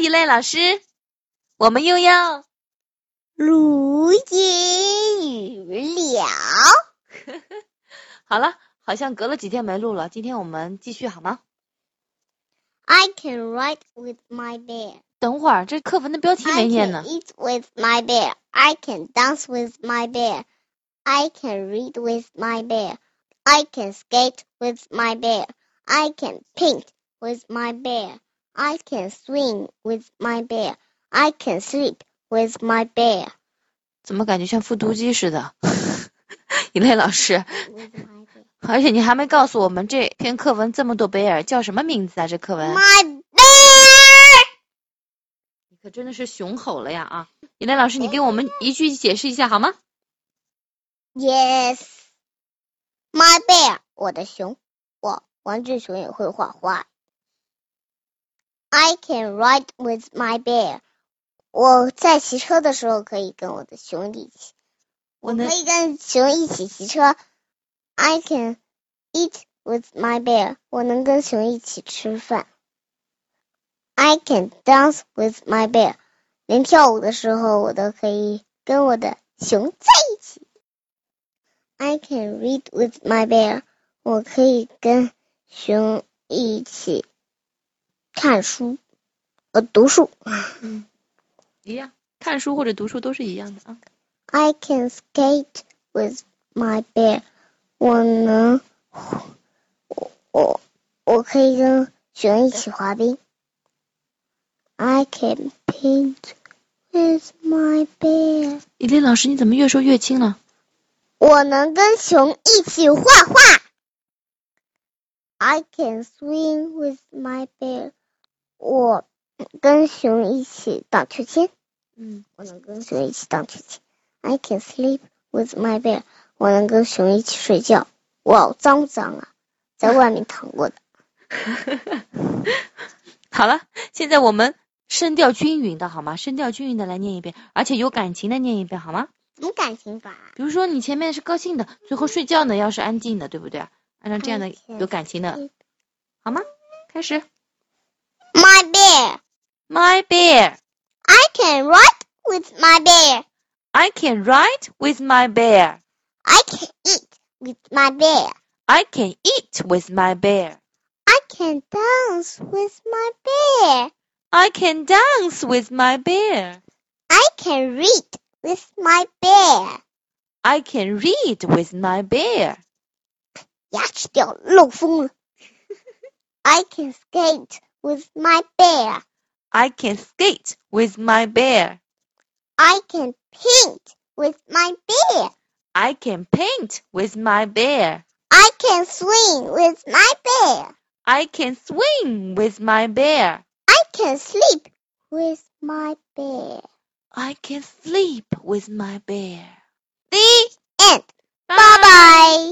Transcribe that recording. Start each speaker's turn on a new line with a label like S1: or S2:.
S1: 一类老师，我们又要
S2: 如烟语了。
S1: 好了，好像隔了几天没录了，今天我们继续好吗？
S2: I can write with my bear.
S1: 等会儿这课文的标题
S2: I
S1: 没念
S2: can
S1: 呢。
S2: eat with my bear. I can dance with my bear. I can read with my bear. I can skate with my bear. I can paint with my bear. I can swing with my bear. I can sleep with my bear.
S1: 怎么感觉像复读机似的？ 一类老师，
S2: With my bear.
S1: 而且你还没告诉我们这篇课文这么多贝尔叫什么名字啊？这课文
S2: My bear.
S1: 你可真的是雄吼了呀啊！一类老师，你给我们一句解释一下好吗？
S2: Yes. My bear，我的熊，我玩具熊也会画画。I can ride with my bear，我在骑车的时候可以跟我的熊一起，
S1: 我
S2: 可
S1: 能
S2: 以跟熊一起骑车。I can eat with my bear，我能跟熊一起吃饭。I can dance with my bear，连跳舞的时候我都可以跟我的熊在一起。I can read with my bear，我可以跟熊一起看书，呃，读书。
S1: 一样，看书或者读书都是一样的啊。
S2: I can skate with my bear，我能，我我我可以跟熊一起滑冰。I can paint with my bear，
S1: 一类老师，你怎么越说越轻了？
S2: 我能跟熊一起画画。I can swing with my bear，我跟熊一起荡秋千。
S1: 嗯，
S2: 我能跟熊一起荡秋千。I can sleep with my bear，我能跟熊一起睡觉。哇，好脏脏啊，在外面躺过的。
S1: 好了，现在我们声调均匀的好吗？声调均匀的来念一遍，而且有感情的念一遍好吗？
S2: 什么感情法啊？
S1: 比如说你前面是高兴的，最后睡觉呢要是安静的，对不对？按照这样的
S2: Okay.
S1: 有感情的，好吗？开始
S2: My bear,
S1: ，My bear,
S2: I can ride with my bear.
S1: I can ride with my bear,
S2: I can eat with my bear.
S1: I can eat with my bear,
S2: I can dance with my bear.
S1: I can dance with my bear,
S2: I can read with my bear.
S1: I can read with my bear,
S2: 牙齿掉了，漏风了。I can skate with my bear.
S1: I can skate with my bear,
S2: I can paint with my bear.
S1: I can paint with my bear,
S2: I can swing with my bear.
S1: I can swim with my bear,
S2: I can sleep with my bear.
S1: I can sleep with my bear.
S2: The end.
S1: Bye.
S2: Bye bye.